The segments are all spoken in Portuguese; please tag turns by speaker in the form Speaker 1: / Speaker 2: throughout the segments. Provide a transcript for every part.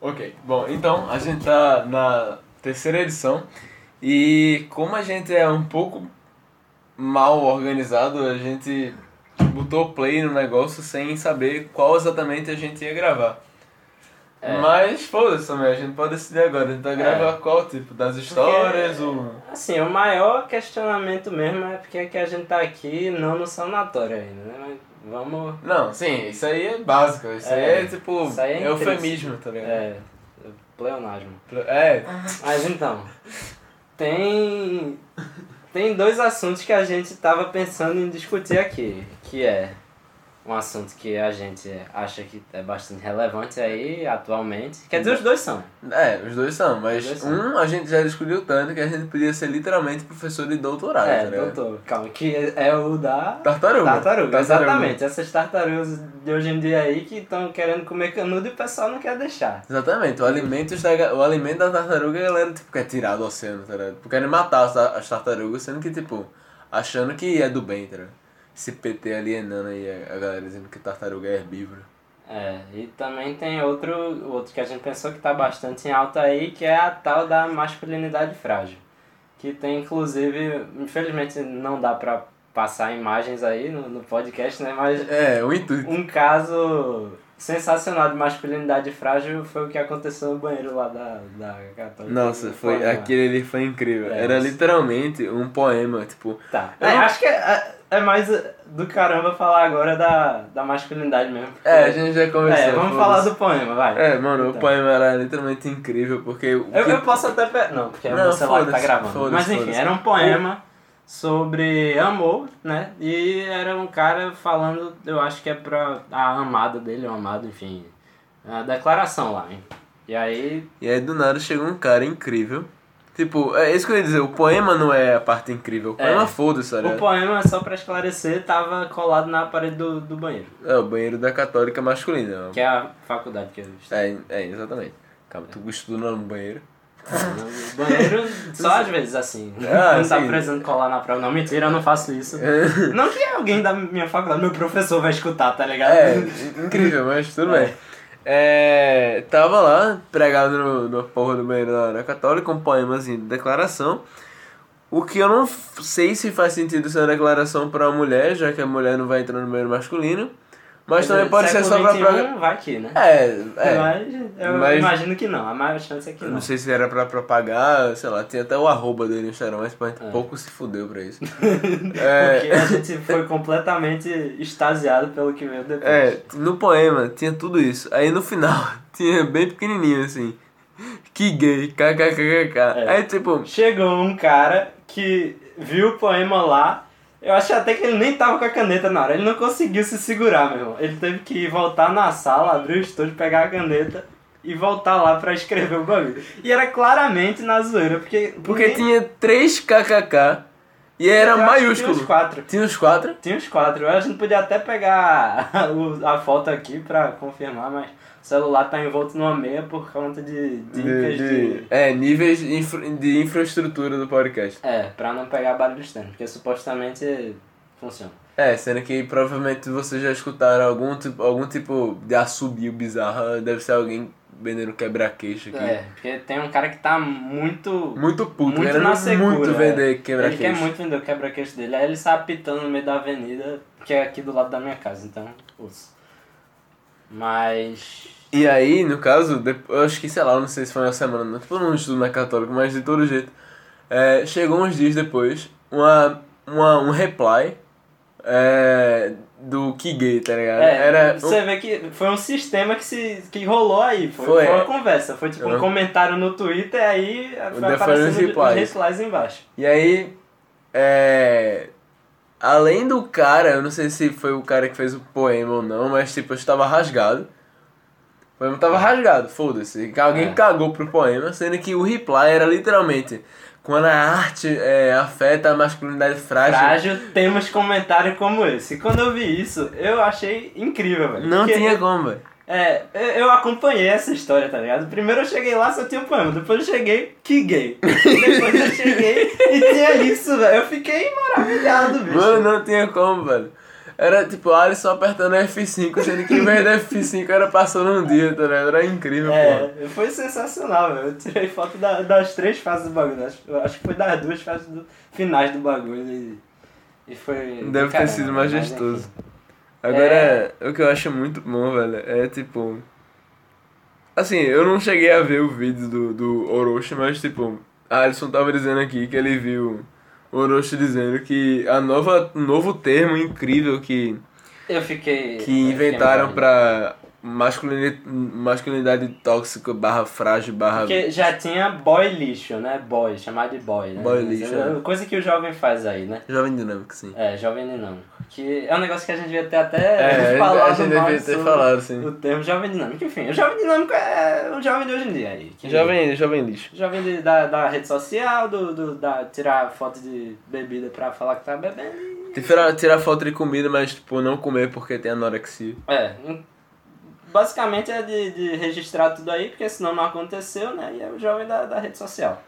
Speaker 1: Ok, bom, então a gente tá na terceira edição e como a gente é um pouco mal organizado, a gente botou play no negócio sem saber qual exatamente a gente ia gravar.
Speaker 2: É.
Speaker 1: Mas foda-se também, a gente pode decidir agora, a gente vai gravar qual tipo, das histórias, o...
Speaker 2: Assim, o maior questionamento mesmo é porque é que a gente tá aqui não no sanatório ainda, né? Mas vamos.
Speaker 1: Não, sim, isso aí é básico, isso
Speaker 2: É,
Speaker 1: aí é tipo
Speaker 2: isso aí é
Speaker 1: eufemismo, tá ligado?
Speaker 2: É. Pleonasmo.
Speaker 1: É,
Speaker 2: Mas então. Tem. Tem dois assuntos que a gente tava pensando em discutir aqui. Que é um assunto que a gente acha que é bastante relevante aí atualmente. Quer dizer, os dois são.
Speaker 1: É, os dois são, mas
Speaker 2: Os dois são.
Speaker 1: um a gente já discutiu tanto que a gente podia ser literalmente professor de doutorado,
Speaker 2: é,
Speaker 1: tá ligado?
Speaker 2: doutor, calma, que é o da.
Speaker 1: Tartaruga.
Speaker 2: Tartaruga, exatamente. Essas tartarugas de hoje em dia aí que estão querendo comer canudo e o pessoal não quer deixar.
Speaker 1: Exatamente, o alimento, da, ga- o alimento da tartaruga a galera tipo, quer tirar do oceano, tá ligado? Porque querem matar as, ta- as tartarugas, sendo que, tipo, achando que é do bem, tá ligado? Esse PT alienando aí a, a galera dizendo que tartaruga é herbívoro.
Speaker 2: É, e também tem outro, outro que a gente pensou que tá bastante em alta aí, que é a tal da masculinidade frágil. Que tem, inclusive, infelizmente não dá pra passar imagens aí no, no podcast, né? Mas
Speaker 1: É, o intuito.
Speaker 2: um caso sensacional de masculinidade frágil foi o que aconteceu no banheiro lá da, da Católica. né?
Speaker 1: Nossa, foi,
Speaker 2: Flamengo.
Speaker 1: aquele ali foi incrível.
Speaker 2: É,
Speaker 1: Era
Speaker 2: nossa.
Speaker 1: literalmente um poema, tipo,
Speaker 2: Tá.
Speaker 1: Eu
Speaker 2: É,
Speaker 1: não-
Speaker 2: Acho que é, é mais do caramba falar agora da, da masculinidade mesmo.
Speaker 1: é, a gente já começou.
Speaker 2: É, vamos
Speaker 1: foda-se.
Speaker 2: falar do poema, vai.
Speaker 1: É, mano, o
Speaker 2: Então.
Speaker 1: poema era literalmente incrível, porque o
Speaker 2: Eu,
Speaker 1: que-
Speaker 2: eu posso até. pe- Não, porque é
Speaker 1: Não,
Speaker 2: o celular que tá
Speaker 1: foda-se,
Speaker 2: gravando.
Speaker 1: foda-se,
Speaker 2: Mas enfim,
Speaker 1: foda-se.
Speaker 2: era um poema sobre amor, né? E era um cara falando, eu acho que é pra a amada dele, o amado, enfim. A declaração lá, hein? E aí.
Speaker 1: E aí do nada chegou um cara incrível. Tipo, é isso que eu ia dizer, o poema não é a parte incrível, o poema
Speaker 2: É.
Speaker 1: foda-se, tá
Speaker 2: O
Speaker 1: ligado?
Speaker 2: poema, só pra esclarecer, tava colado na parede do, do banheiro,
Speaker 1: É o banheiro da católica masculina.
Speaker 2: que é a faculdade que eu estudei.
Speaker 1: É, é, exatamente. Calma, tu estudou no banheiro.
Speaker 2: No banheiro, só às vezes, assim.
Speaker 1: Ah,
Speaker 2: não tá
Speaker 1: sim. É.
Speaker 2: precisando colar na prova. Não, mentira, eu não faço isso. Não que alguém da minha faculdade, meu professor vai escutar, tá ligado?
Speaker 1: É, incrível, mas tudo bem. É, tava lá, pregado no, no porra do banheiro da, da católica, um poemazinho de declaração. O que eu não f- sei se faz sentido ser uma declaração pra uma mulher, já que a mulher não vai entrar no banheiro masculino. Mas é também pode ser só pra...
Speaker 2: Século
Speaker 1: proga-
Speaker 2: XXI vai aqui, né?
Speaker 1: É, é.
Speaker 2: Mas eu
Speaker 1: Mas-
Speaker 2: imagino que não. A maior chance é que
Speaker 1: Eu
Speaker 2: não.
Speaker 1: não sei se era pra propagar, sei lá, tinha até o arroba dele no Instagram, mas pô,
Speaker 2: É.
Speaker 1: pouco se fudeu pra isso.
Speaker 2: Porque
Speaker 1: é,
Speaker 2: a gente foi completamente extasiado pelo que veio depois.
Speaker 1: é, no poema tinha tudo isso. Aí no final tinha bem pequenininho assim. Que gay, kkkk.
Speaker 2: É.
Speaker 1: Aí tipo,
Speaker 2: Chegou um cara que viu o poema lá. Eu achei até que ele nem tava com a caneta na hora. Ele não conseguiu se segurar, meu irmão. Ele teve que voltar na sala, abrir o estúdio, pegar a caneta e voltar lá pra escrever o bagulho. E era claramente na zoeira, porque.
Speaker 1: porque tinha 3 kkk e era
Speaker 2: Eu acho que Tinha
Speaker 1: maiúsculo.
Speaker 2: uns quatro.
Speaker 1: Tinha os quatro?
Speaker 2: Tinha uns quatro. A gente podia até pegar o- a foto aqui pra confirmar, mas o celular tá envolto numa meia por conta de dicas de.
Speaker 1: É, níveis de, infra- de infraestrutura do podcast.
Speaker 2: É, pra não pegar barulho externo, porque supostamente funciona.
Speaker 1: É, sendo que provavelmente vocês já escutaram algum tipo, algum tipo de assobio bizarro. Deve ser alguém vendendo quebra-queixo aqui.
Speaker 2: É, porque tem um cara que tá muito.
Speaker 1: Muito puto,
Speaker 2: Muito
Speaker 1: querendo
Speaker 2: na segura,
Speaker 1: muito
Speaker 2: é.
Speaker 1: vender
Speaker 2: Ele quer
Speaker 1: quebra-queixo.
Speaker 2: muito vender o quebra-queixo dele, aí ele sai apitando no meio da avenida, que é aqui do lado da minha casa, então, ouço. Mas.
Speaker 1: E aí, no caso, de- eu acho que, sei lá, eu não sei se foi na semana, não, tipo, eu não estudo na Católica, mas de todo jeito. É, chegou uns dias depois, uma, uma, um reply é, do que gay, tá ligado?
Speaker 2: É,
Speaker 1: Era um-
Speaker 2: você vê que foi um sistema que, se, que rolou aí. Foi,
Speaker 1: Foi,
Speaker 2: foi uma
Speaker 1: é.
Speaker 2: conversa. Foi tipo
Speaker 1: Uhum.
Speaker 2: um comentário no Twitter, aí foi
Speaker 1: The
Speaker 2: aparecendo os
Speaker 1: Finance Replies.
Speaker 2: replies. embaixo.
Speaker 1: E aí, é... Além do cara, eu não sei se foi o cara que fez o poema ou não, mas tipo, eu estava rasgado. O poema tava rasgado, foda-se. Alguém
Speaker 2: É.
Speaker 1: cagou pro poema, sendo que o reply era literalmente... Quando a arte é, afeta a masculinidade frágil...
Speaker 2: Frágil, temos comentário como esse. E quando eu vi isso, eu achei incrível, velho.
Speaker 1: Não
Speaker 2: Porque,
Speaker 1: tinha como, velho.
Speaker 2: É, eu- eu acompanhei essa história, tá ligado? Primeiro eu cheguei lá, só tinha um poema. Depois eu cheguei, que gay. Depois eu cheguei e tinha isso, velho. Eu fiquei maravilhado, bicho.
Speaker 1: Mano, não tinha como, velho. Era tipo Alisson apertando F5, sendo que em vez da F5 era passando um dia, tá ligado? Era incrível, pô.
Speaker 2: É, foi sensacional, velho. Eu tirei foto da- das três fases do bagulho. Acho, eu acho que foi das duas fases do, finais do bagulho. E, e foi.
Speaker 1: Deve ter
Speaker 2: caramba,
Speaker 1: sido
Speaker 2: mas,
Speaker 1: majestoso.
Speaker 2: enfim.
Speaker 1: Agora,
Speaker 2: É.
Speaker 1: o que eu acho muito bom, velho, é tipo. Assim, eu não cheguei a ver o vídeo do, do Orochi, mas tipo, Alisson tava dizendo aqui que ele viu o Orochi dizendo que a nova novo termo incrível que,
Speaker 2: Eu fiquei. eu
Speaker 1: que
Speaker 2: fiquei
Speaker 1: inventaram
Speaker 2: maluco.
Speaker 1: pra masculinidade, masculinidade tóxica barra frágil barra.
Speaker 2: Porque já tinha boy lixo, né? Boy, chamar de boy, né?
Speaker 1: Boy lixo, é.
Speaker 2: Coisa que o jovem faz aí, né?
Speaker 1: Jovem dinâmica, sim.
Speaker 2: É, jovem dinâmico. Que é um negócio que a gente devia ter até
Speaker 1: É,
Speaker 2: falado
Speaker 1: a gente
Speaker 2: mais
Speaker 1: devia ter
Speaker 2: sobre
Speaker 1: falado, sim.
Speaker 2: O termo jovem dinâmico, enfim. O jovem dinâmico é o jovem de hoje em dia aí. que-
Speaker 1: Jovem, jovem lixo.
Speaker 2: Jovem de- da, da rede social, do, do- da, tirar foto de bebida pra falar que tá bebendo.
Speaker 1: Tipo, Tirar, tirar foto de comida, mas tipo, não comer porque tem anorexia.
Speaker 2: É. em- Basicamente é de, de registrar tudo aí, porque senão não aconteceu, né? E é o jovem da, da rede social.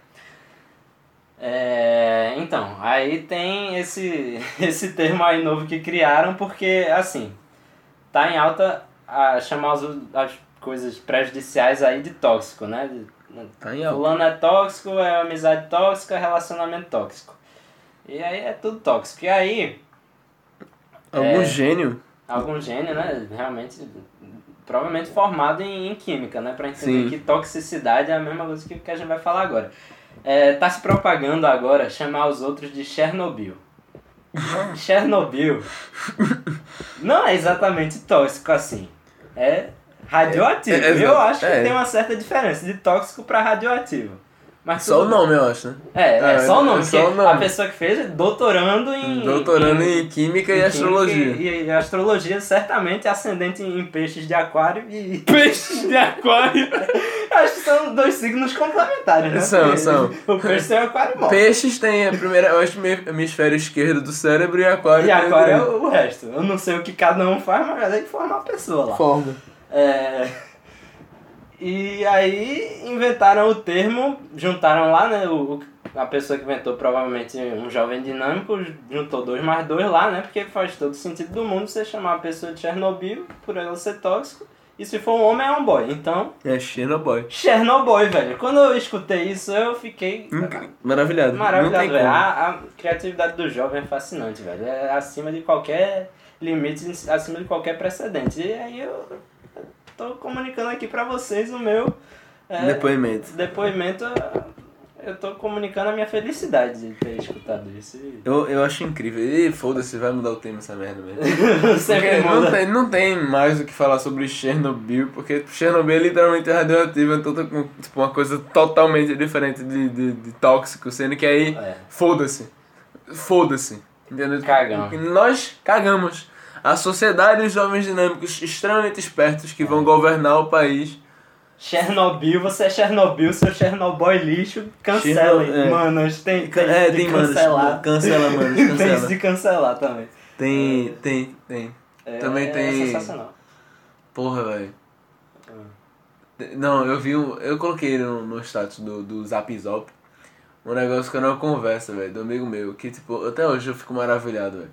Speaker 2: É, então, aí tem esse, esse termo aí novo que criaram, porque assim, tá em alta a chamar as, as coisas prejudiciais aí de tóxico, né? De-
Speaker 1: Tá em alta.
Speaker 2: Fulano é tóxico, é amizade tóxica, é relacionamento tóxico. E aí é tudo tóxico. E aí,
Speaker 1: Algum
Speaker 2: É.
Speaker 1: gênio?
Speaker 2: algum gênio, né, realmente, provavelmente formado em, em química, né, pra entender
Speaker 1: Sim.
Speaker 2: que toxicidade é a mesma coisa que, que a gente vai falar agora. É, tá se propagando agora chamar os outros de Chernobyl. Chernobyl não é exatamente tóxico assim. É radioativo.
Speaker 1: É, é,
Speaker 2: Eu
Speaker 1: exato.
Speaker 2: acho que
Speaker 1: É.
Speaker 2: tem uma certa diferença de tóxico pra radioativo. Mas
Speaker 1: Só o
Speaker 2: tudo bem.
Speaker 1: nome, eu acho, né?
Speaker 2: É, é,
Speaker 1: É,
Speaker 2: só o nome,
Speaker 1: é
Speaker 2: porque
Speaker 1: só o nome.
Speaker 2: a pessoa que fez é doutorando em...
Speaker 1: Doutorando em Química e
Speaker 2: Hum, em
Speaker 1: Astrologia.
Speaker 2: química E, e é astrologia, certamente, ascendente em peixes de aquário e... Peixes de aquário? Acho que são dois signos complementares, né?
Speaker 1: São,
Speaker 2: Porque
Speaker 1: são.
Speaker 2: O peixe tem o aquário morto.
Speaker 1: Peixes tem a primeira, eu acho, o hemisfério esquerdo do cérebro e aquário
Speaker 2: E
Speaker 1: tem o
Speaker 2: aquário é
Speaker 1: direito.
Speaker 2: o resto. Eu não sei o que cada um faz, mas é que forma uma pessoa lá.
Speaker 1: Forma.
Speaker 2: É... E aí inventaram o termo, juntaram lá, né? O, o- a pessoa que inventou provavelmente um jovem dinâmico, juntou dois mais dois lá, né? Porque faz todo sentido do mundo você chamar a pessoa de Chernobyl por ela ser tóxico. E se for um homem, é um boy. Então,
Speaker 1: É Chernobyl.
Speaker 2: Chernobyl, velho. Quando eu escutei isso, eu fiquei
Speaker 1: Inc- Maravilhado. Não
Speaker 2: maravilhado, é,
Speaker 1: tem
Speaker 2: velho.
Speaker 1: como.
Speaker 2: A, a criatividade do jovem é fascinante, velho. É acima de qualquer limite, acima de qualquer precedente. E aí eu tô comunicando aqui pra vocês o meu é,
Speaker 1: Depoimento.
Speaker 2: depoimento. Eu tô comunicando a minha felicidade de ter escutado isso. E
Speaker 1: Eu, eu acho incrível. Ih, foda-se, vai mudar o tema essa merda mesmo.
Speaker 2: Sempre
Speaker 1: Porque não
Speaker 2: é manda.
Speaker 1: tem, não tem mais o que falar sobre Chernobyl, porque Chernobyl é literalmente radioativa, então tá com tipo, uma coisa totalmente diferente de, de, de tóxico, sendo que aí
Speaker 2: É.
Speaker 1: foda-se. Foda-se. Entendeu?
Speaker 2: Cagão.
Speaker 1: Nós cagamos. A sociedade e os jovens dinâmicos extremamente espertos que vão governar o país.
Speaker 2: Chernobyl, você é Chernobyl, seu Chernobyl lixo, cancela.
Speaker 1: Cherno- é.
Speaker 2: Manas, tem, tem
Speaker 1: É,
Speaker 2: de
Speaker 1: tem manos.
Speaker 2: cancelar.
Speaker 1: Cancela, manos.
Speaker 2: tem isso
Speaker 1: Cancela.
Speaker 2: de cancelar também.
Speaker 1: Tem, tem, tem.
Speaker 2: É,
Speaker 1: Também tem-
Speaker 2: É sensacional.
Speaker 1: Porra, velho. Não, eu vi um. Eu coloquei no, no status do, do Zap Zop um negócio que eu não conversa, velho, do amigo meu, que tipo, até hoje eu fico maravilhado, velho.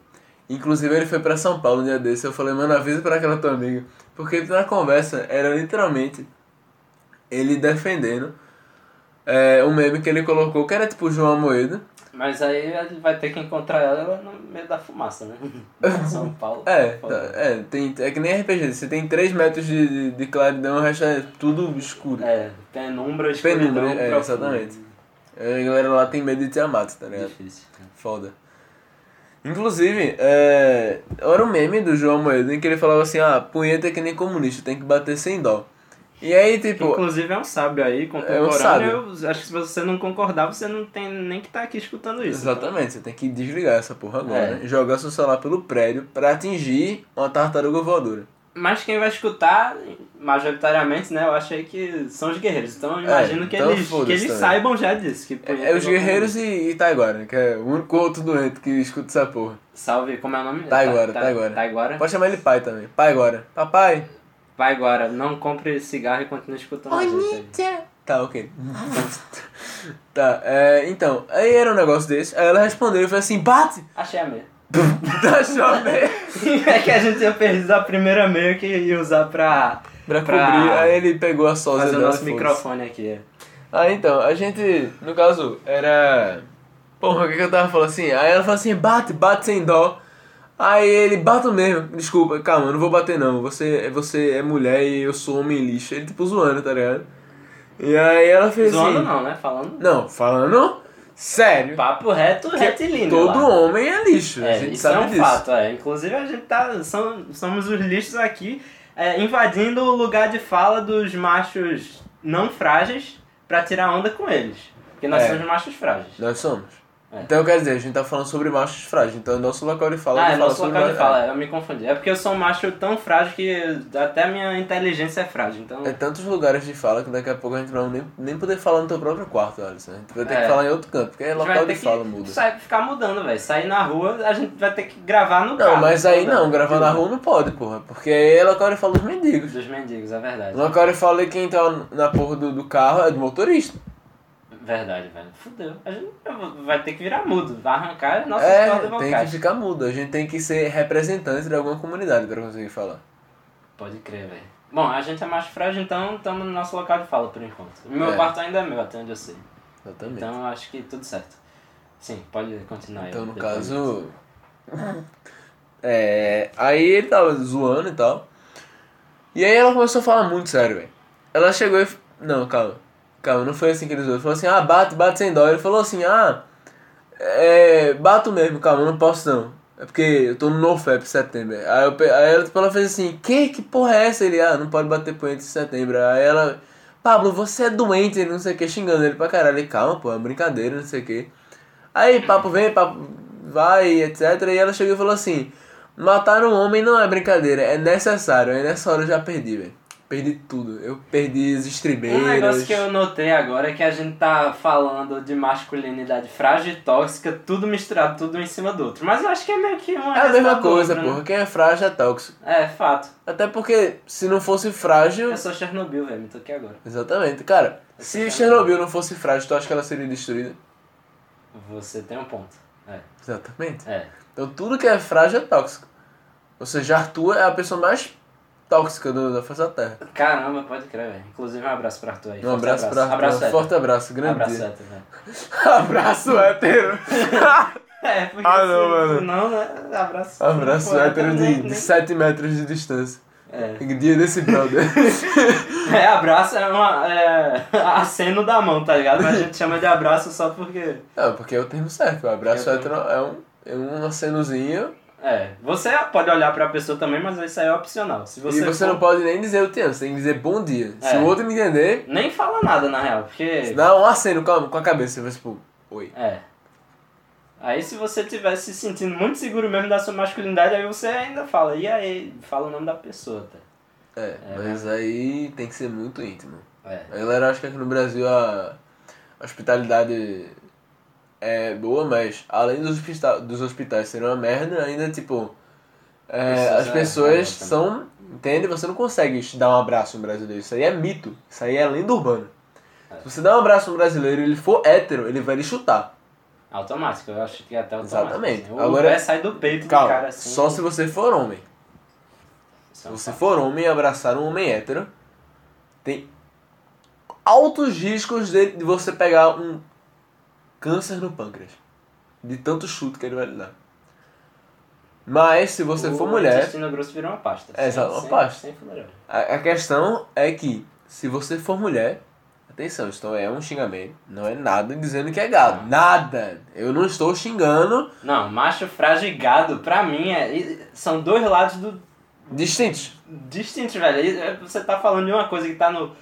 Speaker 1: Inclusive ele foi pra São Paulo um dia desse, eu falei, mano, avisa pra aquela tua amiga. Porque na conversa era literalmente ele defendendo é, um meme que ele colocou, que era tipo João Moeda.
Speaker 2: Mas aí ele vai ter que encontrar ela no meio da fumaça, né? São Paulo.
Speaker 1: É, tá,
Speaker 2: foda.
Speaker 1: é, tem, é que nem RPG, você tem 3 metros de, de, de claridão, o resto é tudo escuro.
Speaker 2: É, penumbra, escuridão.
Speaker 1: Penumbra, é,
Speaker 2: profunda.
Speaker 1: exatamente. A galera lá tem medo de ter a mata, tá ligado?
Speaker 2: Difícil.
Speaker 1: Foda. Inclusive, é, era um meme do João Moedo em que ele falava assim, ah, punheta é que nem comunista, tem que bater sem dó. E aí, tipo,
Speaker 2: Inclusive é um sábio aí,
Speaker 1: É um sábio.
Speaker 2: contemporâneo. Eu acho que se você não concordar, você não tem nem que estar aqui escutando isso.
Speaker 1: exatamente, você tem que desligar essa porra agora,
Speaker 2: É.
Speaker 1: né? jogar seu celular pelo prédio pra atingir uma tartaruga voadora.
Speaker 2: Mas quem vai escutar, majoritariamente, né? Eu achei que são os guerreiros. Então eu
Speaker 1: É,
Speaker 2: imagino que
Speaker 1: então
Speaker 2: eles, que
Speaker 1: foda-se
Speaker 2: eles
Speaker 1: também.
Speaker 2: saibam já disso. Que punheta
Speaker 1: É, é os
Speaker 2: igual
Speaker 1: guerreiros e, e Taiguara, que é o único outro doente que escuta essa porra.
Speaker 2: comunista. Salve, como é o nome? Tá
Speaker 1: Taiguara,
Speaker 2: Ta- ta-
Speaker 1: Taiguara.
Speaker 2: Taiguara.
Speaker 1: tá Pode chamar ele pai também, pai agora. Papai!
Speaker 2: Vai agora, não compre cigarro e continue escutando a gente aí.
Speaker 1: Tá, ok. tá, é, então, aí era um negócio desse, aí ela respondeu e foi assim, bate!
Speaker 2: Achei a meia.
Speaker 1: da chave.
Speaker 2: é que a gente tinha perdido a primeira meia que ia usar pra,
Speaker 1: Pra cobrir, aí ele pegou a sósia
Speaker 2: fazer o
Speaker 1: dela,
Speaker 2: nosso
Speaker 1: foda-se.
Speaker 2: microfone aqui.
Speaker 1: Ah, então, a gente, no caso, era. Porra, o que, que eu tava falando assim? Aí ela falou assim: bate, bate sem dó. Aí ele, bato mesmo. Desculpa, calma, eu não vou bater não. Você, você é mulher e eu sou homem lixo. Ele, tipo, zoando, tá ligado? E aí ela fez
Speaker 2: Zoando
Speaker 1: assim:
Speaker 2: não, né? Falando
Speaker 1: não, falando sério.
Speaker 2: papo reto,
Speaker 1: que
Speaker 2: reto e lindo.
Speaker 1: Todo
Speaker 2: lá.
Speaker 1: homem é lixo, a
Speaker 2: É,
Speaker 1: gente
Speaker 2: isso
Speaker 1: sabe
Speaker 2: é um
Speaker 1: disso.
Speaker 2: fato, é. Inclusive a gente tá. São, somos os lixos aqui, é, invadindo o lugar de fala dos machos não frágeis pra tirar onda com eles. Porque nós
Speaker 1: É.
Speaker 2: somos machos frágeis.
Speaker 1: Nós somos.
Speaker 2: É.
Speaker 1: Então quer dizer, a gente tá falando sobre machos frágeis, então é nosso local de fala.
Speaker 2: ah,
Speaker 1: ele
Speaker 2: é
Speaker 1: fala
Speaker 2: nosso
Speaker 1: sobre
Speaker 2: local de
Speaker 1: ma-
Speaker 2: fala, eu me confundi. É porque eu sou um macho tão frágil que até a minha inteligência é frágil, então.
Speaker 1: É tantos lugares de fala que daqui a pouco a gente não vai nem, nem poder falar no teu próprio quarto, Alisson. A gente vai ter
Speaker 2: É.
Speaker 1: que falar em outro canto, porque é
Speaker 2: a gente
Speaker 1: local
Speaker 2: vai
Speaker 1: de
Speaker 2: ter
Speaker 1: fala
Speaker 2: que
Speaker 1: muda.
Speaker 2: sair- ficar mudando, velho. Sair na rua, a gente vai ter que gravar no carro.
Speaker 1: Não, mas aí não, gravar na
Speaker 2: Tudo.
Speaker 1: rua não pode, porra. Porque aí é local de fala dos mendigos.
Speaker 2: Dos mendigos, é verdade.
Speaker 1: Local de fala de quem tá na porra do, do carro é do motorista.
Speaker 2: Verdade, velho. Fudeu. A gente vai ter que virar mudo. Vai arrancar nossa
Speaker 1: é,
Speaker 2: história
Speaker 1: tem que ficar mudo. A gente tem que ser representante de alguma comunidade pra conseguir falar.
Speaker 2: Pode crer, velho. Bom, a gente é mais frágil, então estamos no nosso local de fala por enquanto. O meu
Speaker 1: É.
Speaker 2: quarto ainda é meu, até onde eu sei.
Speaker 1: Exatamente.
Speaker 2: Então eu acho que tudo certo. Sim, pode continuar aí.
Speaker 1: Então, no
Speaker 2: Depois.
Speaker 1: caso. É. Aí ele tava zoando e tal. E aí ela começou a falar muito sério, velho. Ela chegou e. f- Não, calma. Calma, não foi assim que ele zoou. Ele falou assim: ah, bate, bate sem dó. Ele falou assim: ah, é. Bato mesmo, calma, eu não posso não. É porque eu tô no NoFap setembro. Aí, eu, pe- aí ela, tipo, ela fez assim: que? Que porra é essa? Ele, ah, não pode bater punheta em setembro. Aí ela. Pablo, você é doente, não sei o que, xingando ele pra caralho. Ele, calma, pô, é brincadeira, não sei o que. Aí, papo vem, papo vai, etc. E ela chegou e falou assim: matar um homem não é brincadeira, é necessário. Aí nessa hora eu já perdi, velho. Perdi tudo. Eu perdi as estribeiras.
Speaker 2: Um negócio que eu notei agora é que a gente tá falando de masculinidade frágil e tóxica, tudo misturado, tudo um em cima do outro. Mas eu acho que é meio que uma
Speaker 1: É a
Speaker 2: resultado
Speaker 1: mesma
Speaker 2: do
Speaker 1: coisa,
Speaker 2: outro,
Speaker 1: porra. Quem é frágil é tóxico.
Speaker 2: Né? É, fato.
Speaker 1: Até porque se não fosse frágil.
Speaker 2: Eu sou Chernobyl, velho, me toquei agora.
Speaker 1: Exatamente, cara. Se Chernobyl não fosse frágil, tu acha que ela seria destruída?
Speaker 2: Você tem um ponto. É,
Speaker 1: Exatamente.
Speaker 2: é.
Speaker 1: Então tudo que é frágil é tóxico. Ou seja, Arthur é a pessoa mais tóxica do- da face da Terra.
Speaker 2: Caramba, pode crer, velho. Inclusive, um abraço pra Arthur aí.
Speaker 1: Um abraço, pra Arthur.
Speaker 2: Abraço, hétero.
Speaker 1: Forte abraço, grande
Speaker 2: Abraço,
Speaker 1: dia.
Speaker 2: hétero, velho.
Speaker 1: Abraço hétero.
Speaker 2: É, porque
Speaker 1: Ah,
Speaker 2: se-
Speaker 1: não, mano.
Speaker 2: se não, né? Abraço.
Speaker 1: Abraço
Speaker 2: Pô,
Speaker 1: hétero
Speaker 2: nem-
Speaker 1: de,
Speaker 2: nem-
Speaker 1: de 7 metros de distância.
Speaker 2: É.
Speaker 1: Dia desse brother.
Speaker 2: É, abraço é uma. É, aceno da mão, tá ligado? Mas a gente chama de abraço só porque.
Speaker 1: Não, porque é o termo certo. O abraço
Speaker 2: Eu
Speaker 1: hétero é um, é um acenozinho.
Speaker 2: É, você pode olhar pra pessoa também, mas isso aí é opcional. Se você,
Speaker 1: e você
Speaker 2: for-
Speaker 1: não pode nem dizer eu te amo, você tem que dizer bom dia. Se
Speaker 2: É.
Speaker 1: o outro não entender,
Speaker 2: Nem fala nada, na real, porque.
Speaker 1: dá um aceno calma, com a cabeça. Você vai tipo, oi.
Speaker 2: É. Aí se você estiver se sentindo muito seguro mesmo da sua masculinidade, aí você ainda fala. E aí, fala o nome da pessoa, tá?
Speaker 1: É, mas aí tem que ser muito íntimo.
Speaker 2: É.
Speaker 1: A galera acha que aqui no Brasil a a hospitalidade é boa, mas além dos, hospita- dos hospitais serem uma merda, ainda tipo. é,
Speaker 2: Precisa-
Speaker 1: as pessoas
Speaker 2: é,
Speaker 1: são. Entende? Você não consegue dar um abraço a um brasileiro. Isso aí é mito. Isso aí é lenda urbana.
Speaker 2: É.
Speaker 1: Se você dá um abraço a um brasileiro e ele for hétero, ele vai lhe chutar.
Speaker 2: Automático, eu acho que é até automático.
Speaker 1: Exatamente.
Speaker 2: assim. O
Speaker 1: Agora-
Speaker 2: pé sai do peito do cara
Speaker 1: Calma,
Speaker 2: assim.
Speaker 1: só se você for homem.
Speaker 2: Isso
Speaker 1: Se
Speaker 2: é um
Speaker 1: você
Speaker 2: fato.
Speaker 1: for homem e abraçar um homem hétero, tem altos riscos de, de você pegar um câncer no pâncreas. De tanto chute que ele vai lhe dar. Mas se você for
Speaker 2: O
Speaker 1: mulher,
Speaker 2: intestino grosso virou uma pasta. assim,
Speaker 1: É, exato, uma
Speaker 2: sem,
Speaker 1: pasta.
Speaker 2: Sem fuleiragem.
Speaker 1: a, a questão é que se você for mulher, atenção, isso não é um xingamento, não é nada dizendo que é gado. Nada! Eu não estou xingando
Speaker 2: Não, macho frágil e gado, pra mim, é, e- são dois lados do
Speaker 1: distintos.
Speaker 2: distintos, velho. E, é, Você tá falando de uma coisa que tá no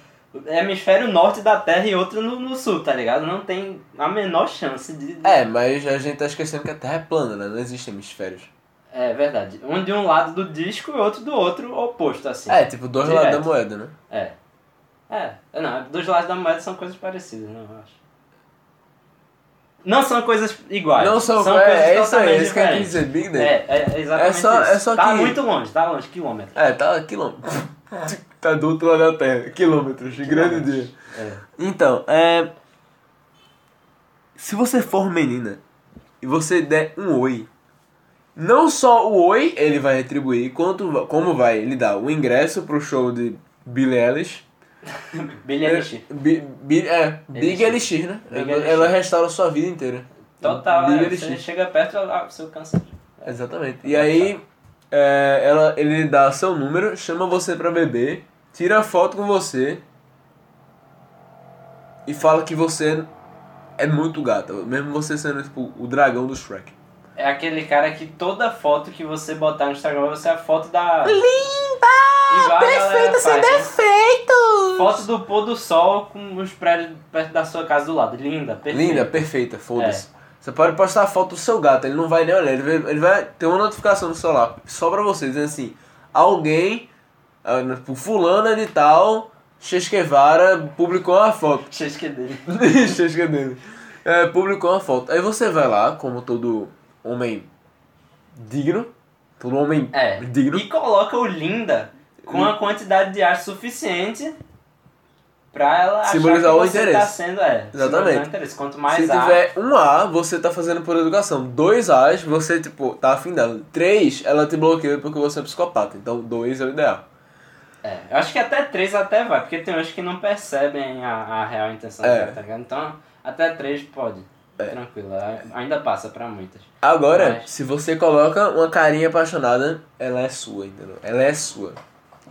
Speaker 2: hemisfério norte da Terra e outra no, no sul, tá ligado? Não tem a menor chance de.
Speaker 1: É, mas a gente tá esquecendo que a Terra é plana, né? Não existem hemisférios.
Speaker 2: É verdade. Um de um lado do disco e outro do outro oposto, assim.
Speaker 1: É, tipo, dois lados
Speaker 2: Direto.
Speaker 1: da moeda, né?
Speaker 2: É. É. É, Não, dos lados da moeda são coisas parecidas, não, eu acho. Não são coisas iguais.
Speaker 1: Não são,
Speaker 2: são
Speaker 1: é,
Speaker 2: coisas
Speaker 1: é isso aí,
Speaker 2: totalmente
Speaker 1: é isso que eu quis
Speaker 2: diferentes.
Speaker 1: dizer, Big Day. É,
Speaker 2: É, é exatamente
Speaker 1: É só-
Speaker 2: isso.
Speaker 1: é só
Speaker 2: tá
Speaker 1: que-
Speaker 2: muito longe, tá longe, quilômetro.
Speaker 1: tá quilômetro. tá do outro lado da terra, quilômetros, de grande dia.
Speaker 2: É.
Speaker 1: Então, é. Se você for menina e você der um oi, Não só o oi ele vai retribuir, quanto, como vai lhe dar o ingresso pro show de Billie Eilish. É,
Speaker 2: Billie Eilish.
Speaker 1: Bi, Bi- é, Big Elixir, né?
Speaker 2: Big
Speaker 1: ela,
Speaker 2: Elixir.
Speaker 1: ela restaura sua vida inteira.
Speaker 2: Total,
Speaker 1: Big
Speaker 2: né?
Speaker 1: Elixir.
Speaker 2: Você chega perto, ela- ah, seu câncer.
Speaker 1: Exatamente. E aí, é, ela, ele dá seu número, chama você pra beber, tira foto com você e fala que você é muito gata, mesmo você sendo tipo o dragão do Shrek.
Speaker 2: É aquele cara que toda foto que você botar no Instagram vai ser a foto da. Linda! Perfeito, seu defeito! Foto do pôr do sol com os prédios perto da sua casa do lado. Linda, perfeito.
Speaker 1: Linda, perfeita, foda-se. Você pode postar a foto do seu gato, ele não vai nem olhar, ele vai, ele vai ter uma notificação no celular só pra você, dizendo assim: alguém, ah, tipo, fulana de tal, Chesquevara, publicou uma foto.
Speaker 2: Cheio que dele.
Speaker 1: Chesca dele. É, publicou uma foto. Aí você vai lá, como todo homem digno, todo homem
Speaker 2: É.
Speaker 1: digno,
Speaker 2: E coloca o linda com a quantidade de ar suficiente pra ela
Speaker 1: Simbolizar
Speaker 2: achar
Speaker 1: o
Speaker 2: que você
Speaker 1: interesse.
Speaker 2: tá sendo. É, simbolizar
Speaker 1: Exatamente.
Speaker 2: o interesse. Quanto mais
Speaker 1: se
Speaker 2: ar.
Speaker 1: tiver um A, você tá fazendo por educação. Dois A's, você, tipo, tá afim dela. Três, ela te bloqueia porque você é psicopata. Então, dois é o ideal.
Speaker 2: É, eu acho que até três até vai, porque tem uns que não percebem a, a real intenção
Speaker 1: É.
Speaker 2: dela, tá ligado? Então, até três pode. Tranquilo, a- ainda passa pra muitas.
Speaker 1: Agora,
Speaker 2: Mas-
Speaker 1: se você coloca uma carinha apaixonada, ela é sua, entendeu? Ela é sua.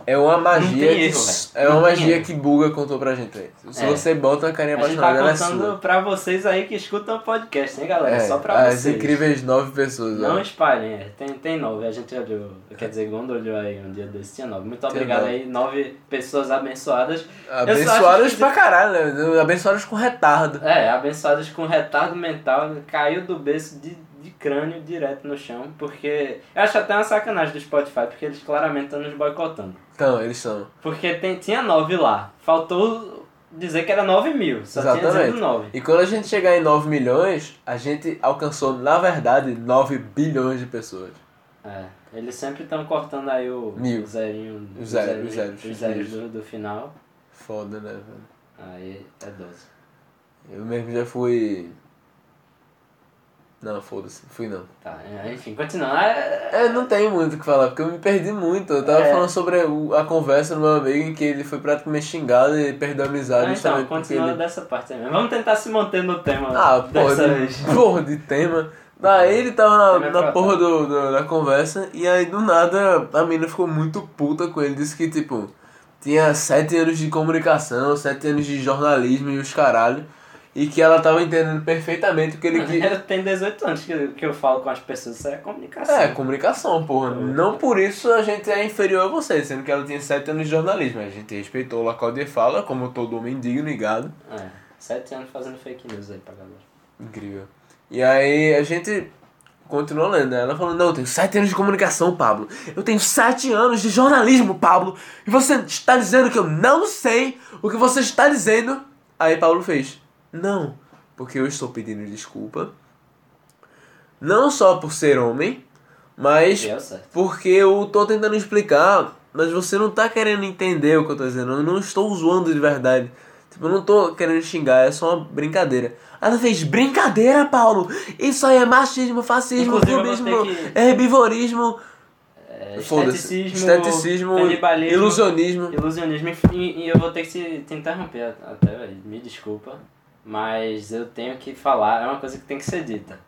Speaker 1: É uma magia
Speaker 2: tem
Speaker 1: que,
Speaker 2: erro,
Speaker 1: s-
Speaker 2: velho.
Speaker 1: é uma
Speaker 2: Não tem
Speaker 1: magia
Speaker 2: erro.
Speaker 1: que Buga contou pra gente. aí. Se
Speaker 2: É.
Speaker 1: você bota uma carinha
Speaker 2: A gente tá
Speaker 1: apaixonada, ela é sua.
Speaker 2: contando pra vocês aí que escutam o podcast, hein, galera?
Speaker 1: É,
Speaker 2: Só pra
Speaker 1: as
Speaker 2: vocês.
Speaker 1: incríveis nove pessoas.
Speaker 2: Não
Speaker 1: ó.
Speaker 2: espalhem, é. tem, tem nove, a gente olhou, quer dizer, Gondo olhou aí um dia desse, tinha nove. Muito
Speaker 1: Tinha
Speaker 2: obrigado
Speaker 1: nove.
Speaker 2: aí, nove pessoas abençoadas. Eu só
Speaker 1: Abençoadas
Speaker 2: acho que-
Speaker 1: pra caralho, né? Abençoadas com retardo.
Speaker 2: É, abençoadas com retardo mental, caiu do berço de, de crânio direto no chão, porque. Eu acho até uma sacanagem do Spotify, porque eles claramente estão nos boicotando.
Speaker 1: Então, eles são.
Speaker 2: Porque tem, tinha nove lá, faltou dizer que era nove mil, só tinha
Speaker 1: Exatamente.
Speaker 2: dizendo nove.
Speaker 1: E quando a gente chegar em 9 milhões, a gente alcançou, na verdade, 9 bilhões de pessoas.
Speaker 2: É, eles sempre estão cortando aí o
Speaker 1: Mil.
Speaker 2: o zerinho,
Speaker 1: Os zero- os
Speaker 2: zerinho-
Speaker 1: zeros,
Speaker 2: os zeros
Speaker 1: isso.
Speaker 2: do, do final,
Speaker 1: Foda, né, velho?
Speaker 2: aí é 12.
Speaker 1: Eu mesmo já fui. Não, foda-se, fui não.
Speaker 2: Tá, é, enfim, continuando. É,
Speaker 1: É, não tem muito o que falar, porque eu me perdi muito. Eu tava
Speaker 2: É.
Speaker 1: falando sobre o- a conversa do meu amigo em que ele foi praticamente xingado e perdeu a amizade
Speaker 2: ah,
Speaker 1: Tá,
Speaker 2: então,
Speaker 1: justamente porque
Speaker 2: continuando
Speaker 1: ele.
Speaker 2: dessa parte aí mesmo. Vamos tentar se manter no tema
Speaker 1: Ah, porra,
Speaker 2: dessa
Speaker 1: de,
Speaker 2: vez.
Speaker 1: porra de tema. Daí ele tava na,
Speaker 2: Tema é
Speaker 1: na
Speaker 2: pra
Speaker 1: porra
Speaker 2: tá.
Speaker 1: do, do- da conversa e aí do nada a menina ficou muito puta com ele. Disse que, tipo, tinha sete anos de comunicação, sete anos de jornalismo e os caralho. E que ela tava entendendo perfeitamente o que ele queria.
Speaker 2: Eu tenho 18 anos que eu, que eu falo com as pessoas, isso é comunicação.
Speaker 1: É, comunicação, porra. Não por isso a gente é inferior a você, sendo que ela tinha 7 anos de jornalismo. A gente respeitou o local de fala, como todo homem digno e gado.
Speaker 2: É, sete anos fazendo fake news aí pra galera.
Speaker 1: Incrível. E aí a gente continuou lendo, né? Ela falou, não, eu tenho 7 anos de comunicação, Pablo. Eu tenho 7 anos de jornalismo, Pablo. E você está dizendo que eu não sei o que você está dizendo. Aí Pablo fez, não, porque eu estou pedindo desculpa. Não só por ser homem, mas
Speaker 2: Deu certo.
Speaker 1: porque eu tô tentando explicar, mas você não tá querendo entender o que eu tô dizendo. Eu não estou zoando de verdade. Tipo, eu não tô querendo xingar, é só uma brincadeira. Ela fez brincadeira, Paulo! Isso aí é machismo, fascismo,
Speaker 2: Inclusive, eu vou
Speaker 1: clubismo,
Speaker 2: ter que-
Speaker 1: herbivorismo.
Speaker 2: É,
Speaker 1: Foda-se.
Speaker 2: esteticismo,
Speaker 1: Esteticismo,
Speaker 2: canibalismo,
Speaker 1: ilusionismo.
Speaker 2: ilusionismo, e, e eu vou ter que se- te interromper a- até, velho, me desculpa, mas eu tenho que falar, é uma coisa que tem que ser dita.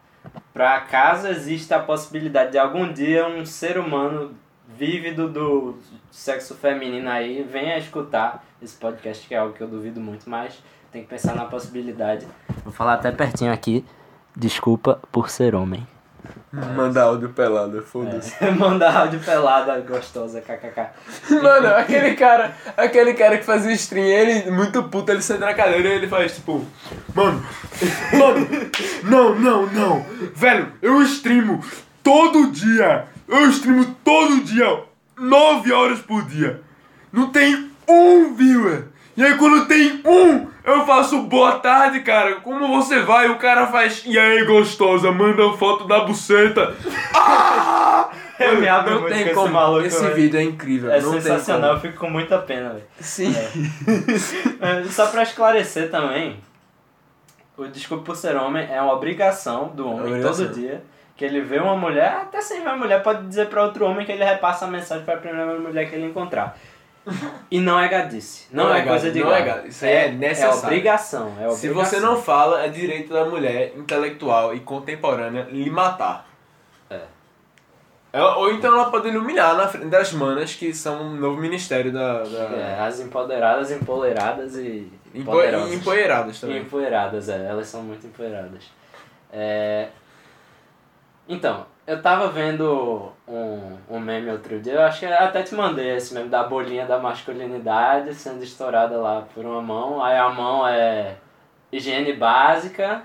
Speaker 2: Pra caso exista a possibilidade de algum dia um ser humano vívido do sexo feminino aí venha escutar esse podcast, que é algo que eu duvido muito, mas tem que pensar na possibilidade. Vou falar até pertinho aqui, desculpa por ser homem.
Speaker 1: Mandar áudio pelado,
Speaker 2: É.
Speaker 1: foda-se.
Speaker 2: Mandar áudio pelada gostosa, kkk.
Speaker 1: Mano, aquele cara, aquele cara que fazia stream, ele muito puto, ele senta na cadeira e ele faz tipo, mano, mano, não, não, não, velho, eu streamo todo dia, eu streamo todo dia, 9 horas por dia, não tem um viewer. E aí quando tem um, eu faço boa tarde, cara. Como você vai? O cara faz. E aí, gostosa, manda foto da buceta.
Speaker 2: Eu me abro
Speaker 1: Não
Speaker 2: muito
Speaker 1: tem
Speaker 2: É com
Speaker 1: como.
Speaker 2: esse maluco.
Speaker 1: Esse
Speaker 2: velho.
Speaker 1: vídeo é incrível.
Speaker 2: É
Speaker 1: não tem
Speaker 2: sensacional, eu fico com muita pena, velho.
Speaker 1: como. Sim.
Speaker 2: É, Só pra esclarecer também, o Desculpa por Ser Homem é uma obrigação do homem
Speaker 1: Obrigação.
Speaker 2: todo dia Que ele vê uma mulher, até sem ver a mulher, pode dizer pra outro homem que ele repassa a mensagem pra primeira mulher que ele encontrar. E não é gadice. Não,
Speaker 1: Não
Speaker 2: é,
Speaker 1: é
Speaker 2: coisa
Speaker 1: gado,
Speaker 2: de
Speaker 1: não
Speaker 2: gado.
Speaker 1: é gado. Isso aí é necessário.
Speaker 2: É obrigação, é
Speaker 1: Se
Speaker 2: obrigação.
Speaker 1: você não fala, é direito da mulher intelectual e contemporânea lhe matar.
Speaker 2: É.
Speaker 1: Ela- ou então ela pode iluminar na frente das manas, que são um novo ministério da. da...
Speaker 2: É, as empoderadas, empoleiradas e.
Speaker 1: Empo...
Speaker 2: poderosas.
Speaker 1: E empoeiradas
Speaker 2: E
Speaker 1: também.
Speaker 2: empoeiradas, é. Elas são muito empoeiradas. É... Então, eu tava vendo um, um meme outro dia, eu acho que até te mandei esse meme da bolinha da masculinidade sendo estourada lá por uma mão. Aí a mão é higiene básica,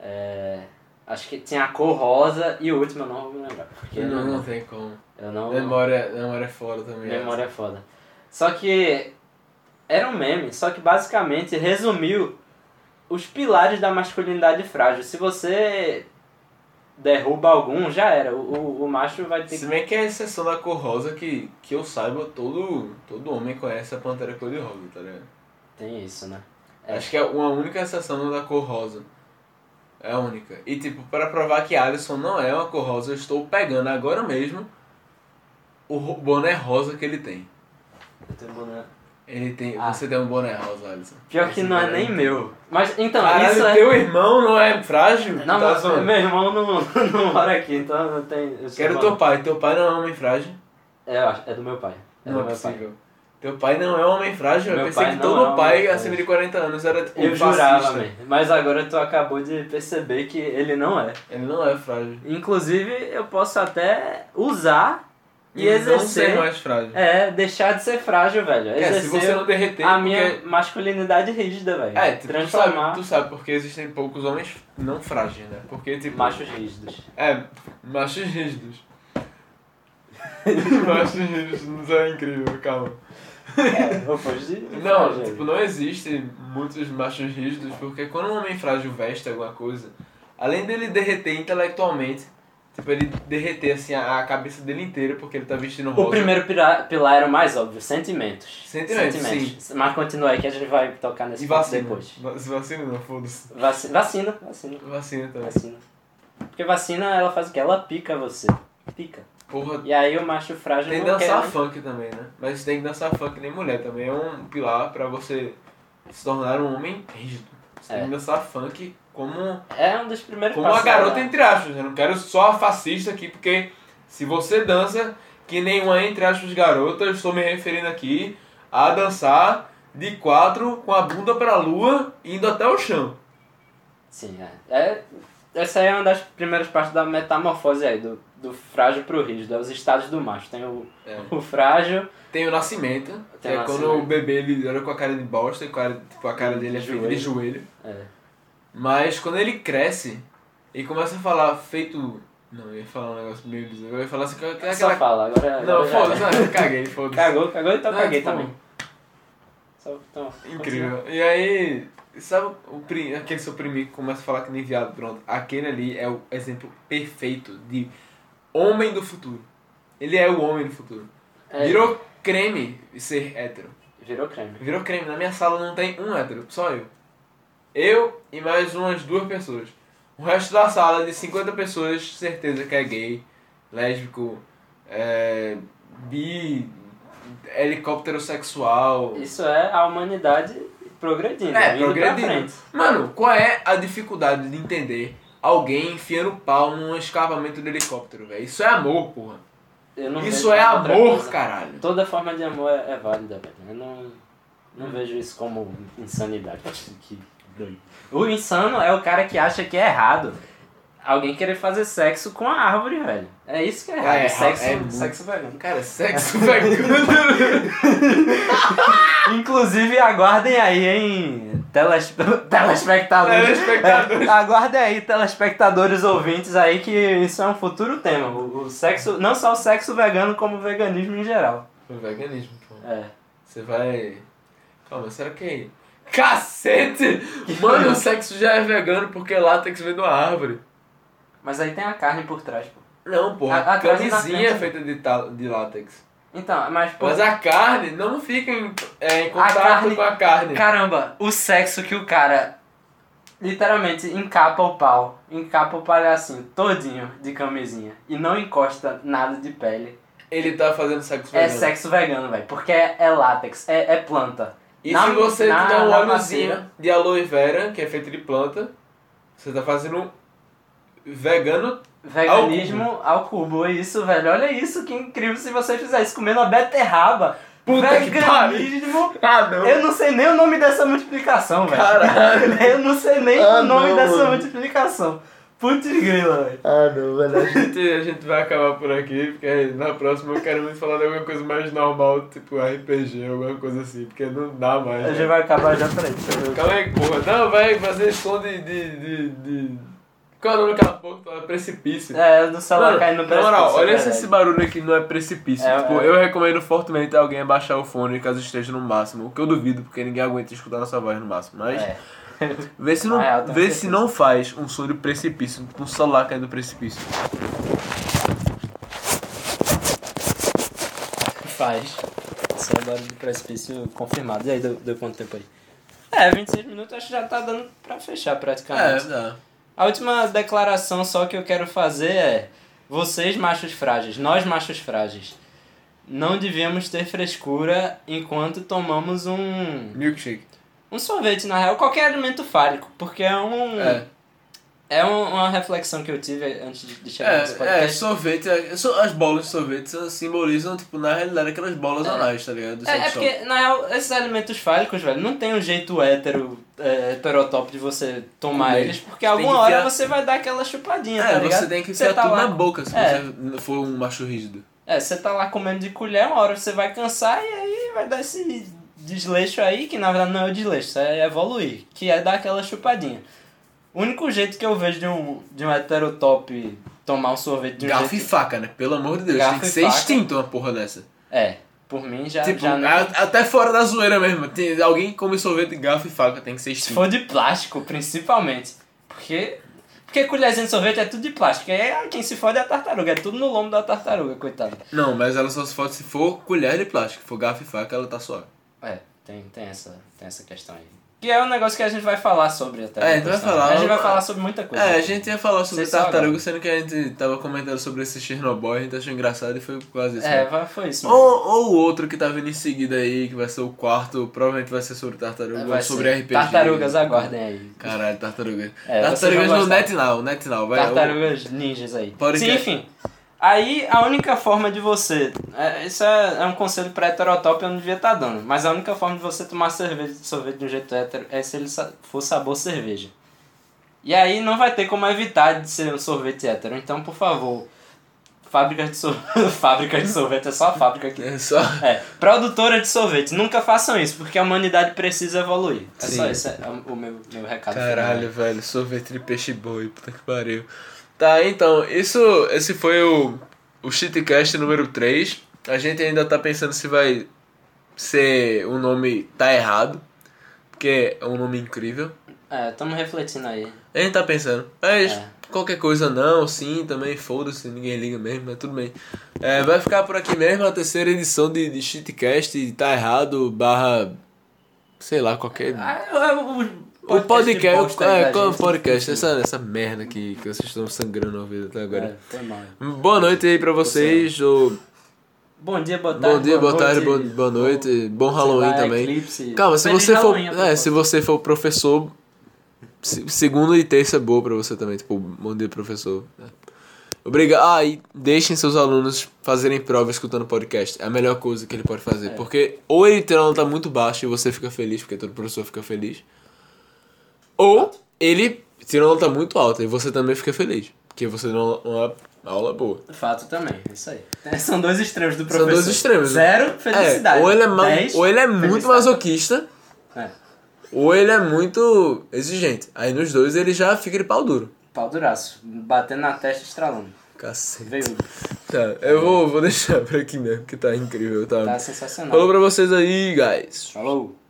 Speaker 2: é... acho que tinha a cor rosa e o último eu não vou me lembrar. Porque
Speaker 1: Não,
Speaker 2: eu
Speaker 1: não tem como.
Speaker 2: eu não...
Speaker 1: Memória, memória é foda também.
Speaker 2: Memória é foda. Só que era um meme, só que basicamente resumiu os pilares da masculinidade frágil. Se você derruba algum, já era. O, o, o macho vai ter
Speaker 1: Se
Speaker 2: que.
Speaker 1: bem que é a exceção da cor rosa, que, que eu saiba, todo, todo homem conhece a pantera cor-de-rosa, tá ligado?
Speaker 2: Tem isso, né? É.
Speaker 1: Acho que é uma única exceção da cor rosa. É a única. E tipo, para provar que Alisson não é uma cor rosa, eu estou pegando agora mesmo o ro- boné rosa que ele tem.
Speaker 2: Eu tenho boné.
Speaker 1: Ele tem.
Speaker 2: Ah.
Speaker 1: Você tem um boné rosa, Alisson.
Speaker 2: Pior que
Speaker 1: Esse
Speaker 2: não é
Speaker 1: boné.
Speaker 2: nem meu. Mas então,
Speaker 1: Caralho,
Speaker 2: isso é.
Speaker 1: teu irmão não é frágil?
Speaker 2: Não,
Speaker 1: tá
Speaker 2: mas
Speaker 1: zoando.
Speaker 2: meu irmão não, não mora aqui, então não tem. eu sou
Speaker 1: Quero
Speaker 2: maluco.
Speaker 1: teu pai. Teu pai não é um homem frágil.
Speaker 2: É, eu acho- é do meu pai. É
Speaker 1: Não
Speaker 2: do
Speaker 1: é
Speaker 2: meu pai.
Speaker 1: possível. Teu pai não é um homem frágil?
Speaker 2: Meu
Speaker 1: eu pensei
Speaker 2: pai
Speaker 1: que
Speaker 2: não
Speaker 1: todo
Speaker 2: é um
Speaker 1: pai
Speaker 2: homem
Speaker 1: acima de 40 anos era tipo
Speaker 2: Eu
Speaker 1: um fascista.
Speaker 2: jurava, man. mas agora tu acabou de perceber que ele não é.
Speaker 1: Ele não é frágil.
Speaker 2: Inclusive, eu posso até usar e
Speaker 1: Ele Não ser
Speaker 2: exercer.
Speaker 1: mais frágil.
Speaker 2: É, deixar de ser frágil, velho.
Speaker 1: É,
Speaker 2: Exercer
Speaker 1: se você não derreter,
Speaker 2: a minha
Speaker 1: porque-
Speaker 2: masculinidade rígida, velho.
Speaker 1: É, tipo, tu
Speaker 2: Transformar
Speaker 1: sabe, tu sabe porque existem poucos homens não frágeis, né? Porque, tipo.
Speaker 2: machos rígidos.
Speaker 1: É, machos rígidos. machos rígidos é incrível, calma.
Speaker 2: É, eu fui de-
Speaker 1: Não,
Speaker 2: frágil.
Speaker 1: tipo, não existem muitos machos rígidos, porque quando um homem frágil veste alguma coisa, além dele derreter intelectualmente, tipo, ele derreter assim a, a cabeça dele inteira, porque ele tá vestindo rosa.
Speaker 2: O primeiro pira- pilar era o mais óbvio, sentimentos.
Speaker 1: Sentimentos,
Speaker 2: Mas continua aí que a gente vai tocar nesse
Speaker 1: E
Speaker 2: ponto
Speaker 1: vacina.
Speaker 2: depois.
Speaker 1: Va- Vacina não, foda-se.
Speaker 2: Vaci- Vacina, vacina,
Speaker 1: Vacina também.
Speaker 2: vacina. Porque vacina, ela faz o quê? Ela pica você. Pica.
Speaker 1: Porra,
Speaker 2: E aí o macho frágil
Speaker 1: Tem que
Speaker 2: não
Speaker 1: dançar
Speaker 2: quer...
Speaker 1: funk também, né? Mas tem que dançar funk nem mulher também. É um pilar pra você se tornar um homem rígido. Você tem
Speaker 2: É.
Speaker 1: que dançar funk como,
Speaker 2: É um dos primeiros
Speaker 1: como a
Speaker 2: passos,
Speaker 1: garota
Speaker 2: né?
Speaker 1: entre aspas. Eu não quero só a fascista aqui, porque se você dança que nem uma entre aspas garota, eu estou me referindo aqui a dançar de quatro com a bunda pra lua indo até o chão.
Speaker 2: Sim, é. é. Essa aí é uma das primeiras partes da metamorfose aí, do, do frágil pro rígido, é os estados do macho. Tem o,
Speaker 1: É.
Speaker 2: o frágil,
Speaker 1: Tem o nascimento, que
Speaker 2: Tem o
Speaker 1: é quando
Speaker 2: nascimento.
Speaker 1: o bebê ele olha com a cara de bosta, com a cara, tipo, a cara dele é
Speaker 2: De
Speaker 1: feita de joelho.
Speaker 2: é,
Speaker 1: Mas quando ele cresce e começa a falar feito. Não, eu ia falar um negócio meio bizarro. Eu ia falar assim, que aquela.
Speaker 2: só fala, agora...
Speaker 1: Não,
Speaker 2: agora já
Speaker 1: foda-se,
Speaker 2: era.
Speaker 1: não, eu caguei, foda-se.
Speaker 2: Cagou, cagou, então
Speaker 1: Não,
Speaker 2: caguei
Speaker 1: tipo,
Speaker 2: também. Só, então, continua.
Speaker 1: Incrível. E aí, sabe o pri- aquele seu primo que começa a falar que nem viado, pronto. Aquele ali é o exemplo perfeito de homem do futuro. Ele é o homem do futuro.
Speaker 2: É,
Speaker 1: Virou creme ser hétero.
Speaker 2: virou creme.
Speaker 1: Virou creme. Na minha sala não tem um hétero, só eu. Eu e mais umas duas pessoas. O resto da sala, de 50 pessoas, certeza que é gay, lésbico, é, bi, helicóptero sexual.
Speaker 2: Isso é a humanidade progredindo,
Speaker 1: É,
Speaker 2: indo
Speaker 1: progredindo.
Speaker 2: pra frente.
Speaker 1: Mano, qual é a dificuldade de entender alguém enfiando pau num escapamento de helicóptero, velho? Isso é amor, porra.
Speaker 2: Eu não
Speaker 1: Isso
Speaker 2: vejo
Speaker 1: é
Speaker 2: outra
Speaker 1: amor,
Speaker 2: coisa.
Speaker 1: caralho.
Speaker 2: Toda forma de amor é, é válida, velho. Eu não, não vejo isso como insanidade. Que doido. O insano é o cara que acha que é errado alguém querer fazer sexo com a árvore, velho. É isso que é errado.
Speaker 1: Ah, é
Speaker 2: sexo,
Speaker 1: errado, é muito.
Speaker 2: sexo vegano.
Speaker 1: Cara, sexo vegano.
Speaker 2: Inclusive, aguardem aí, hein, telespe... telespectadores.
Speaker 1: Telespectadores.
Speaker 2: É, aguardem aí, telespectadores ouvintes aí, que isso é um futuro tema. O, o sexo, não só o sexo vegano, como o veganismo em geral.
Speaker 1: Veganismo, porra.
Speaker 2: É.
Speaker 1: Você vai. Calma, será que. é Cacete! Mano, o sexo já é vegano porque lá tem que se ver de uma árvore.
Speaker 2: Mas aí tem a carne por trás, pô.
Speaker 1: Não, porra.
Speaker 2: A-
Speaker 1: A,
Speaker 2: atrás e na
Speaker 1: camisinha é
Speaker 2: frente.
Speaker 1: feita de, ta- de látex.
Speaker 2: Então, mas pô,
Speaker 1: Mas a carne não fica em, é, em
Speaker 2: A
Speaker 1: contato
Speaker 2: carne-
Speaker 1: com a carne.
Speaker 2: Caramba, o sexo que o cara literalmente encapa o pau, encapa o palhacinho todinho de camisinha e não encosta nada de pele.
Speaker 1: Ele tá fazendo sexo
Speaker 2: É
Speaker 1: vegano.
Speaker 2: sexo vegano, velho, porque é, é látex, é, é planta.
Speaker 1: E
Speaker 2: Na-
Speaker 1: se você
Speaker 2: na-
Speaker 1: der um
Speaker 2: na
Speaker 1: óleozinho
Speaker 2: vacina.
Speaker 1: de aloe vera, que é feito de planta, você tá fazendo um vegano.
Speaker 2: Veganismo ao cubo. é isso, velho. Olha isso, que incrível se você fizer isso comendo a beterraba.
Speaker 1: Puta que
Speaker 2: Veganismo.
Speaker 1: Ah, não!
Speaker 2: Eu não sei nem o nome dessa multiplicação, velho.
Speaker 1: Caralho!
Speaker 2: Eu não sei nem
Speaker 3: Ah,
Speaker 2: o nome
Speaker 3: não,
Speaker 2: dessa
Speaker 3: mano.
Speaker 2: multiplicação. Putz grila, velho.
Speaker 3: Ah, não, velho.
Speaker 1: Gente, a gente vai acabar por aqui, porque na próxima eu quero muito falar de alguma coisa mais normal, tipo RPG, alguma coisa assim, porque não dá mais.
Speaker 2: A
Speaker 1: né?
Speaker 2: gente vai acabar já pra isso.
Speaker 1: Calma aí, porra. Não, vai fazer som de. de, de, de... Qual é o nome daquela porra? que fala Precipício.
Speaker 2: É, do celular
Speaker 1: Mano,
Speaker 2: caindo no
Speaker 1: na moral,
Speaker 2: precipício,
Speaker 1: olha se
Speaker 2: velho.
Speaker 1: esse barulho aqui não é precipício.
Speaker 2: É,
Speaker 1: tipo,
Speaker 2: é.
Speaker 1: eu recomendo fortemente alguém abaixar o fone caso esteja no máximo. O que eu duvido, porque ninguém aguenta escutar nossa voz no máximo. Mas
Speaker 2: É.
Speaker 1: vê se não,
Speaker 2: Ah, eu tenho
Speaker 1: vê se
Speaker 2: certeza.
Speaker 1: não faz um som de precipício, um celular caindo do precipício.
Speaker 2: Faz. Isso é barulho de precipício confirmado. E aí, deu, deu quanto tempo aí? É, 26 minutos acho que já tá dando pra fechar praticamente.
Speaker 1: dá.
Speaker 2: A última declaração só que eu quero fazer é: vocês, machos frágeis, nós, machos frágeis, não devíamos ter frescura enquanto tomamos um.
Speaker 1: Milkshake.
Speaker 2: Um sorvete, na real, qualquer alimento fálico, porque é um.
Speaker 1: É.
Speaker 2: É um- uma reflexão que eu tive antes de- de chegar nesse
Speaker 1: É, é,
Speaker 2: podcast.
Speaker 1: sorvete, é, so- as bolas de sorvete simbolizam, tipo, na realidade, aquelas bolas
Speaker 2: É.
Speaker 1: anais, tá ligado? Do
Speaker 2: É,
Speaker 1: sex
Speaker 2: é
Speaker 1: shop.
Speaker 2: porque, na real, esses alimentos fálicos, velho, não tem um jeito hétero, é, heterotópico de você tomar
Speaker 1: Comer.
Speaker 2: eles, porque
Speaker 1: Tem que
Speaker 2: alguma hora
Speaker 1: enfiar-
Speaker 2: você vai dar aquela chupadinha,
Speaker 1: É,
Speaker 2: tá ligado?
Speaker 1: você tem que
Speaker 2: Você
Speaker 1: enfiar
Speaker 2: tá
Speaker 1: tudo
Speaker 2: lá-
Speaker 1: na boca se
Speaker 2: É.
Speaker 1: você for um macho rígido.
Speaker 2: É, você tá lá comendo de colher, uma hora você vai cansar e aí vai dar esse desleixo aí, que na verdade não é o desleixo, isso é evoluir, que é dar aquela chupadinha. O único jeito que eu vejo de um, de um heterotop tomar um sorvete de um
Speaker 1: Garfo
Speaker 2: jeito...
Speaker 1: e faca, né? Pelo amor de Deus,
Speaker 2: Garfo
Speaker 1: tem que
Speaker 2: e
Speaker 1: ser
Speaker 2: faca.
Speaker 1: extinto uma porra dessa.
Speaker 2: É, por mim já... né?
Speaker 1: tipo,
Speaker 2: já não- é
Speaker 1: a- até fora da zoeira mesmo. Tem, alguém come sorvete de garfo e faca, tem que ser
Speaker 2: Se
Speaker 1: extinto.
Speaker 2: for de plástico, principalmente. Porque. Porque colherzinha de sorvete é tudo de plástico. É quem se fode é a tartaruga. É tudo no lombo da tartaruga, coitado.
Speaker 1: Não, mas ela só se fode se for colher de plástico. Se for garfo e faca, ela tá suave.
Speaker 2: É, tem, tem, essa, tem essa questão aí. Que é um negócio que a gente vai falar sobre até. né,
Speaker 1: É, a gente vai falar.
Speaker 2: A gente vai falar sobre muita coisa.
Speaker 1: É, a gente ia falar sobre
Speaker 2: Vocês
Speaker 1: tartaruga,
Speaker 2: sabem.
Speaker 1: sendo que a gente tava comentando sobre esse Chernobyl, a gente achou engraçado e foi quase isso.
Speaker 2: É,
Speaker 1: né?
Speaker 2: vai- foi isso. mesmo.
Speaker 1: Ou, ou outro que tá vindo em seguida aí, que vai ser o quarto, provavelmente vai ser sobre tartaruga
Speaker 2: Vai
Speaker 1: ou sobre
Speaker 2: ser.
Speaker 1: RPG.
Speaker 2: Tartarugas, aguardem aí.
Speaker 1: Caralho, tartaruga.
Speaker 2: É, vocês vão
Speaker 1: tartarugas no
Speaker 2: gostar.
Speaker 1: NetNow, NetNow. Vai,
Speaker 2: Tartarugas ninjas aí.
Speaker 1: Pode
Speaker 2: Sim,
Speaker 1: que-
Speaker 2: enfim. Aí a única forma de você. é, Isso é, é um conselho pra heterotópia, eu não devia estar dando. Mas a única forma de você tomar cerveja, sorvete de um jeito hétero é se ele sa- for sabor cerveja. E aí não vai ter como evitar de ser um sorvete hétero. Então, por favor, fábricas de sorvete. fábricas de sorvete é só a fábrica
Speaker 1: o-
Speaker 2: que.
Speaker 1: É só...
Speaker 2: É, produtora de sorvete, nunca façam isso, porque a humanidade precisa evoluir. É só
Speaker 1: Sim.
Speaker 2: esse é o meu, meu recado. final.
Speaker 1: Caralho, velho, sorvete de peixe boi, puta que pariu. Tá, então, isso, esse foi o, o shitcast número 3. A gente ainda tá pensando se vai ser o nome tá errado, porque é um nome incrível.
Speaker 2: É, estamos refletindo aí.
Speaker 1: A gente tá pensando, mas
Speaker 2: É.
Speaker 1: qualquer coisa não, sim, também foda-se, ninguém liga mesmo, mas tudo bem. É, vai ficar por aqui mesmo a terceira edição de, de shitcast, tá errado, barra, sei lá, qualquer...
Speaker 2: Ah, é o-
Speaker 1: O
Speaker 2: de
Speaker 1: podcast,
Speaker 2: bosta aí
Speaker 1: é,
Speaker 2: da
Speaker 1: qual é o
Speaker 2: gente. assim.
Speaker 1: podcast? Essa, essa merda que, que vocês estão sangrando a vida até
Speaker 2: É,
Speaker 1: agora.
Speaker 2: foi mal.
Speaker 1: Boa noite aí pra vocês, ou
Speaker 2: Bom dia, boa tarde.
Speaker 1: bom dia, boa tarde, boa, boa noite, bom Halloween
Speaker 2: sei lá,
Speaker 1: também.
Speaker 2: Eclipse.
Speaker 1: Calma, se
Speaker 2: Feliz
Speaker 1: você for,
Speaker 2: Halloween, a
Speaker 1: é,
Speaker 2: propósito.
Speaker 1: se você for professor, se- segunda e terça é boa pra você também, tipo, bom dia, professor. É. Obrigado. Ah, e deixem seus alunos fazerem prova escutando podcast. É a melhor coisa que ele pode
Speaker 2: É.
Speaker 1: fazer. Porque ou ele tem uma nota muito baixa e você fica feliz, porque todo professor fica feliz. Ou ele tira uma nota muito alta e você também fica feliz. Porque você deu uma, uma aula boa.
Speaker 2: Fato também, é isso aí. É, São dois extremos do
Speaker 1: São
Speaker 2: professor.
Speaker 1: dois extremos. né?
Speaker 2: Zero, felicidade.
Speaker 1: É, ou ele é, ma-
Speaker 2: Dez,
Speaker 1: ou ele é muito
Speaker 2: felicidade.
Speaker 1: masoquista.
Speaker 2: É,
Speaker 1: Ou ele é muito exigente. Aí nos dois ele já fica de pau duro.
Speaker 2: pau duraço. Batendo na testa, estralando.
Speaker 1: Cacete.
Speaker 2: Veio.
Speaker 1: Tá, eu vou, vou deixar por aqui mesmo, que tá incrível, tá?
Speaker 2: Tá sensacional.
Speaker 1: Falou pra vocês aí, guys.
Speaker 2: Falou.